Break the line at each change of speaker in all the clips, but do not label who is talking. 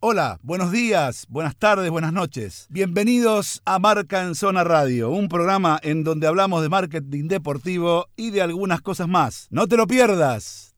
Hola, buenos días, buenas tardes, buenas noches. Bienvenidos a Marca en Zona Radio, un programa en donde hablamos de marketing deportivo y de algunas cosas más. No te lo pierdas.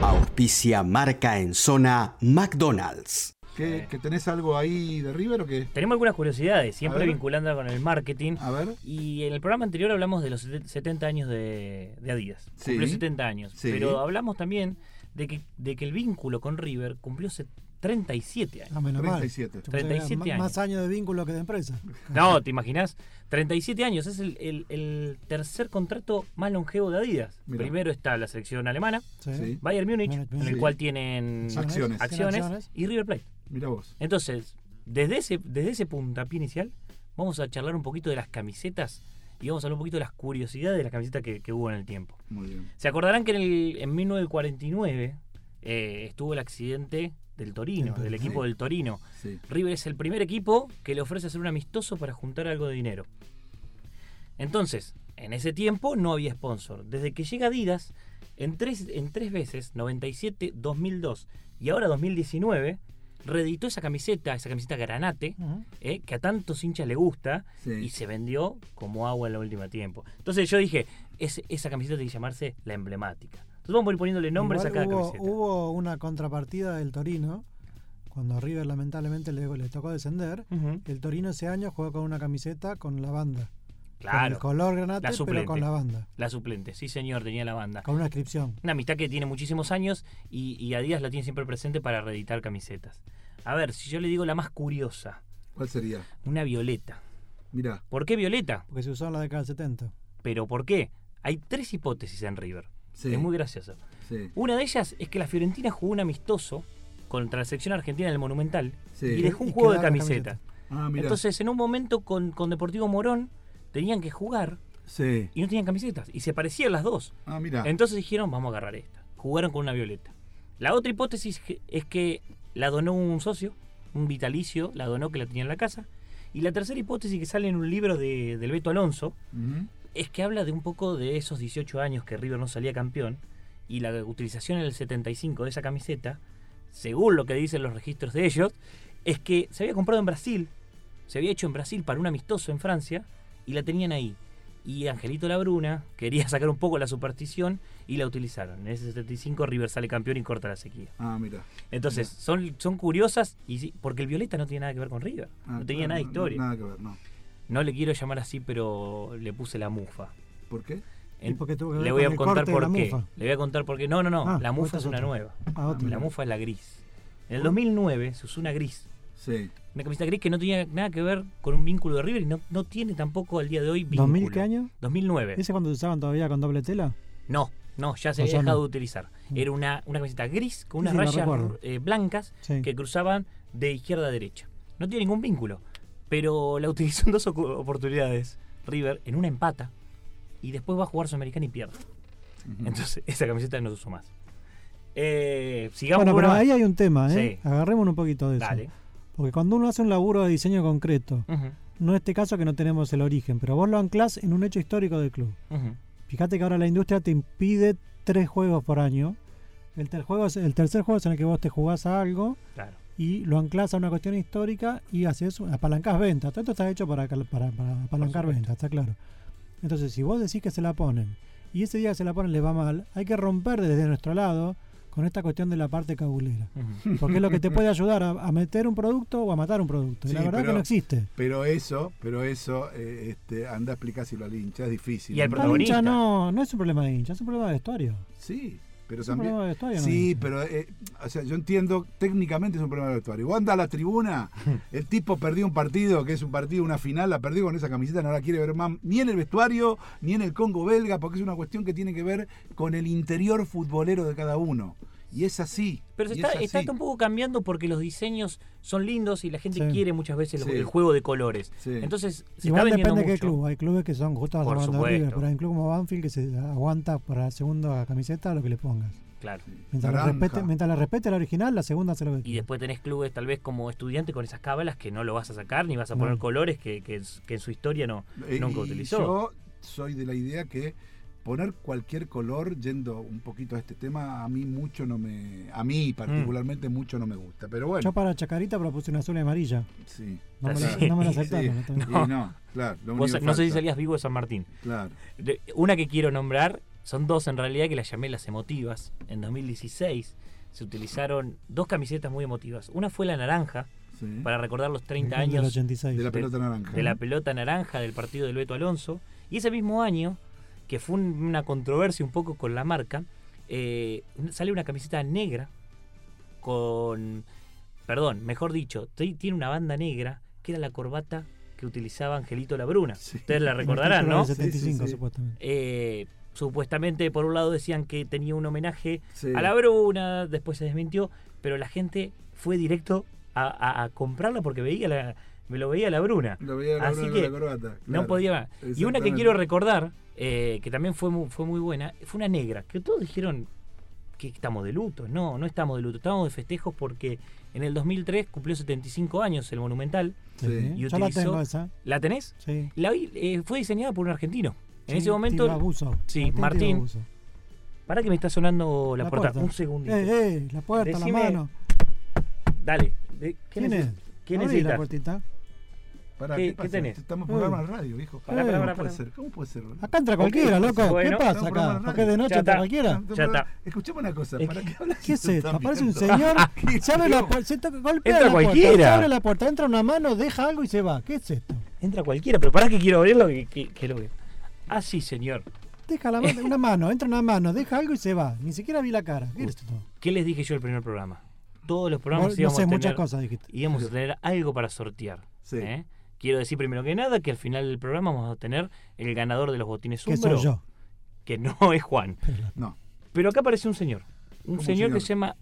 Auspicia Marca en Zona McDonald's.
¿Qué, que tenés algo ahí de River o qué?
Tenemos algunas curiosidades, siempre
ver.
vinculándola con el marketing.
A ver.
Y en el programa anterior hablamos de los sete- 70 años de, de Adidas.
Sí.
Cumplió 70 años.
Sí.
Pero hablamos también de que, de que el vínculo con River cumplió se- 37 años.
No, Ah, menos mal.
37.
Yo pensé que era
37
ma-
años.
Más años de vínculo que de empresa.
No, ¿te imaginas? 37 años. Es el, el- el tercer contrato más longevo de Adidas.
Mirá.
Primero está la selección alemana,
Sí.
Bayern Múnich,
Múnich,
en
sí.
el cual tienen
Acciones.
Tiene
acciones, y River Plate.
Mira vos.
Entonces, desde ese, desde ese puntapié inicial, vamos a charlar un poquito de las camisetas y vamos a hablar un poquito de las curiosidades de las camisetas que, que hubo en el tiempo.
Muy bien.
Se acordarán que en, el, en 1949 eh, estuvo el accidente del Torino,
Del
del
Torino.
equipo del Torino.
Sí.
River es el primer equipo que le ofrece hacer un amistoso para juntar algo de dinero. Entonces, en ese tiempo no había sponsor. Desde que llega Adidas, en tres, en tres veces, 97, 2002 y ahora 2019, reeditó esa camiseta, esa camiseta granate,
Ujú.
eh, que a tantos hinchas le gusta
Sí.
y se vendió como agua en la última tiempo. Entonces yo dije, es- esa camiseta tiene que llamarse la emblemática. Entonces vamos a ir poniéndole nombres
Igual
a cada
hubo,
camiseta.
hubo una contrapartida del Torino. Cuando a River lamentablemente le, le tocó descender,
Ujú.
el Torino ese año jugó con una camiseta con la banda. Con el
Claro,
color granate,
La
pero
suplente.
con la banda.
la suplente, sí señor, tenía la banda.
Con una inscripción.
Una amistad que tiene muchísimos años y, y Adidas la tiene siempre presente para reeditar camisetas. A ver, si yo le digo la más curiosa,
¿Cuál sería?
una violeta.
Mirá.
¿Por qué violeta?
Porque se usó en la década del 70.
¿Pero por qué? Hay tres hipótesis en River.
Sí.
Es muy gracioso.
sí.
Una de ellas es que la Fiorentina jugó un amistoso contra la selección argentina del Monumental
Sí.
y dejó un
Y
juego de
quedaron las
camisetas.
Ah, mirá.
Entonces, en un momento con, con Deportivo Morón tenían que jugar
Sí.
y no tenían camisetas. Y se parecían las dos.
Ah, mirá.
Entonces dijeron, vamos a agarrar esta. Jugaron con una violeta. La otra hipótesis que- es que la donó un socio, un vitalicio, la donó que la tenía en la casa. Y la tercera hipótesis que sale en un libro de, del Beto Alonso
Ujú.
es que habla de un poco de esos 18 años que River no salía campeón y la utilización en el 75 de esa camiseta, según lo que dicen los registros de ellos, es que se había comprado en Brasil, se había hecho en Brasil para un amistoso en Francia y la tenían ahí. Y Angelito Labruna quería sacar un poco la superstición y la utilizaron. En ese 75 River sale campeón y corta la sequía.
Ah, mirá.
Entonces, son, son curiosas y sí, porque el Violeta no tiene nada que ver con River.
Ah,
no tenía
claro,
nada de
no-
historia.
Nada que ver, no.
No le quiero llamar así, pero le puse la mufa.
¿Por qué?
Y porque tuvo que
le
ver
voy
con
a
el
contar
corte de
por
la
qué.
mufa.
Le voy a contar por qué. No, no, no.
Ah,
la mufa
esta
es
es
una
otra.
nueva.
Ah, otro.
La mufa es la gris. En el 2009 se usó una gris.
Sí.
Una camiseta gris que no tenía nada que ver con un vínculo de River y no, no tiene tampoco al día de hoy vínculo.
¿2000 qué año?
2009.
¿Ese cuando se usaban todavía con doble tela?
No, no, ya se
O
había
sea,
dejado
no.
de utilizar. Era una, una camiseta gris con unas
Sí, sí, la
rayas
recuerdo.
eh, blancas
Sí.
que cruzaban de izquierda a derecha. No tiene ningún vínculo, pero la utilizó en dos ocu- oportunidades River en una empata y después va a jugar Sudamericana y pierde.
Ujú.
Entonces, esa camiseta no se usó más. Eh, sigamos
Bueno,
con
pero
una
ahí
más.
hay un tema, ¿eh?
Sí.
Agarrémonos un poquito de eso.
Dale.
Porque cuando uno hace un laburo de diseño concreto,
Ujú,
no en este caso que no tenemos el origen, pero vos lo anclás en un hecho histórico del club.
ujú.
Fíjate que ahora la industria te impide tres juegos por año. El, ter- juego es- el tercer juego es en el que vos te jugás a algo
Claro.
y lo anclas a una cuestión histórica y haces, apalancás ventas. Todo esto está hecho para, cal- para- para apalancar ventas, está claro. Entonces, si vos decís que se la ponen y ese día que se la ponen le va mal, hay que romper desde nuestro lado con esta cuestión de la parte cabulera.
Ujú.
Porque es lo que te puede ayudar a, a meter un producto o a matar un producto. Y
Sí,
la verdad
pero-
que no existe.
Pero eso, pero eso, eh, este, anda a explicárselo al hincha, es difícil.
Y al
¿no?
Para el
protagonista.
hincha no, no es un problema de hincha, es un problema de vestuario.
Sí, pero
Es un
también.
problema de vestuario. ¿no?
Sí,
hincha.
pero eh, o sea, yo entiendo, técnicamente es un problema de vestuario. Vos andás a la tribuna, el tipo perdió un partido, que es un partido, una final, la perdió con esa camiseta, no la quiere ver más, ni en el vestuario, ni en el Congo belga, porque es una cuestión que tiene que ver con el interior futbolero de cada uno. Y es así.
Pero se
y
está,
es así.
está un poco cambiando porque los diseños son lindos y la gente
Sí.
quiere muchas veces el-
Sí.
el juego de colores.
Sí.
Entonces, se
Igual
está vendiendo
depende de qué
mucho.
club. Hay clubes que son justo
Por
hablando de River,
supuesto.
pero hay un club como Banfield que se aguanta para la segunda camiseta lo que le pongas.
Claro.
Mientras la,
Naranja.
respete, mientras la respete la original, la segunda se lo ve.
Y después tenés clubes tal vez como estudiante con esas cábalas que no lo vas a sacar ni vas a poner
No.
colores que, que en s- que en su historia no
Eh,
nunca
y
utilizó.
Yo soy de la idea que poner cualquier color yendo un poquito a este tema a mí mucho no me a
Mm.
mí particularmente mucho no me gusta pero bueno
Yo para Chacarita propuse una azul y amarilla.
sí
No me,
Sí,
la, no me la
Sí,
aceptaron.
sí,
entonces.
y no, claro lo único
Vos-
que
no sé si
falta.
salías vivo de San Martín.
claro
De- Una que quiero nombrar, son dos en realidad que las llamé las emotivas. En 2016 se utilizaron dos camisetas muy emotivas. Una fue la naranja,
sí.
para recordar los 30
Del
años
86.
de la pelota naranja
de la pelota naranja del partido del Beto Alonso. Y ese mismo año, que fue un- una controversia un poco con la marca, eh, sale una camiseta negra con, perdón, mejor dicho, ti- tiene una banda negra que era la corbata que utilizaba Angelito Labruna.
Sí.
Ustedes la
En el
recordarán,
título
¿no?
del 75,
Sí, sí, sí.
supuestamente.
Eh, supuestamente, por un lado decían que tenía un homenaje
Sí.
a la Bruna, después se desmintió, pero la gente fue directo a, a- a comprarla porque veía la, me lo veía la Bruna.
Lo veía la
Así
broma
que
de la corbata,
No
claro.
podía más. Y una que
Exactamente.
quiero recordar, eh, que también fue muy, fue muy buena, fue una negra, que todos dijeron que estamos de luto. No, no estamos de luto, estamos de festejos porque en el 2003 cumplió 75 años el Monumental.
Sí.
Sí.
Y
Yo la
utilizó-
tengo esa.
¿La tenés?
Sí.
La vi- eh, fue diseñada por un argentino. En
Sí,
ese momento...
Tito Abuso.
Sí,
Martín. Tito
Martín.
Abuso.
Para que me está sonando la,
La
puerta.
puerta.
Un segundito.
Eh, eh, la puerta,
Decime-
la mano.
Dale. De- ¿Qué,
¿Quién
neces-
es?
qué
Abrí la
necesitas?
puertita.
Pará,
¿Qué-
¿qué,
qué
pasa?
tenés? Mm.
Estamos
Eh.
por programa de radio, viejo.
Pará, pará, pará,
¿Cómo puede
pará.
ser? ¿Cómo puede ser?
Acá entra cualquiera, loco.
bueno.
¿Qué
No,
pasa
programa de
acá?
radio.
¿Por qué de noche
Ya
entra
está.
cualquiera?
Ya está.
Escuchame una cosa.
Es
¿Para
que-
qué hablas?
¿Qué es
de
esto?
esta
Aparece un
mierda?
señor,
¿Qué
se abre la
digo?
puerta, se toca- golpea
Entra
la puerta,
cualquiera.
se abre la puerta, entra una mano, deja algo y se va. ¿Qué es esto?
Entra cualquiera, pero pará que quiero abrirlo. Que, que- que lo veo. Ah, sí, señor.
Deja la mano, una mano, entra una mano, deja algo y se va. Ni siquiera vi la cara. ¿Qué es esto?
¿Qué les dije yo el primer programa? Todos los
No,
programas
no
íbamos,
sé,
a tener,
muchas cosas dijiste.
íbamos a tener algo para sortear.
Sí.
¿eh? Quiero decir primero que nada que al final del programa vamos a tener el ganador de los botines
Que
Umbro,
soy yo.
que no es Juan.
No,
Pero acá aparece un señor. Un
¿Cómo
señor,
señor?
que se llama,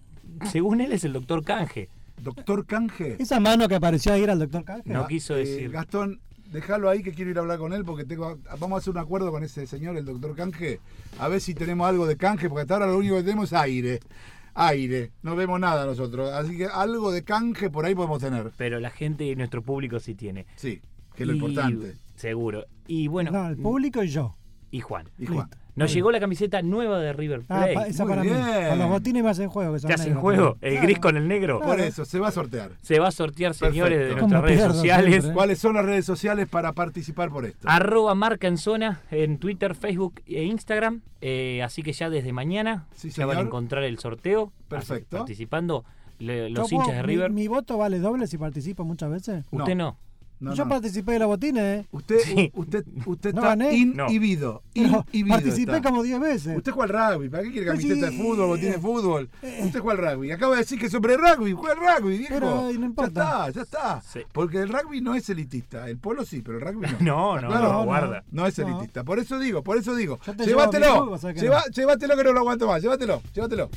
según él, es el doctor Canje.
doctor Canje.
Esa mano que apareció ahí era el doctor Canje.
No
Ah,
quiso
eh,
decir.
Gastón, déjalo ahí que quiero ir a hablar con él porque tengo, vamos a hacer un acuerdo con ese señor, el doctor Canje, a ver si tenemos algo de canje, porque hasta ahora lo único que tenemos es aire. Aire, no vemos nada nosotros. Así que algo de canje por ahí podemos tener.
Pero la gente y nuestro público sí tiene.
Sí, que es lo
Y-
importante.
Seguro. Y bueno,
No, el público y yo.
y Juan.
Y Juan.
Listo.
Nos llegó la camiseta nueva de River
Ah,
Plate.
pa- esa
muy
para mí.
bien.
Con los botines me hacen juego. Que son
¿Te hacen
negros
juego?
también.
El
Claro.
gris con el negro.
Por eso, se va a sortear.
Se va a sortear, señores, de
Perfecto.
nuestras
Cómo
redes
pierdo
sociales.
siempre, ¿eh?
¿Cuáles son las redes sociales para participar por esto?
Ah,
Arroba marca en zona en Twitter, Facebook e Instagram. Eh, así que ya desde mañana
Sí,
ya van a
señor.
encontrar el sorteo. Así que
Perfecto.
Participando le- los
Yo
hinchas
puedo-
de River.
Mi, mi voto vale doble si participo muchas veces.
No.
Usted no.
No,
yo
no.
participé de los botines, ¿eh?
Usted,
Sí.
usted, usted
No
está
gané.
inhibido.
Pero
inhibido
participé
está.
como 10 veces.
Usted juega al rugby, ¿para qué quiere
Pero
camiseta
sí. Eh.
de fútbol, botín de fútbol? Usted juega al rugby, acaba de decir que sobre el rugby, juega al rugby, viejo.
Pero, ay, no importa.
Ya está, ya está.
Sí.
Porque el rugby no es elitista, el polo sí, pero el rugby no.
No, no,
Claro,
no,
no.
guarda.
No es
No.
elitista, por eso digo, por eso digo.
Yo te llevo a mi
Llévatelo,
club, o sea que
lleva- llévatelo que no lo aguanto más, llévatelo, llévatelo.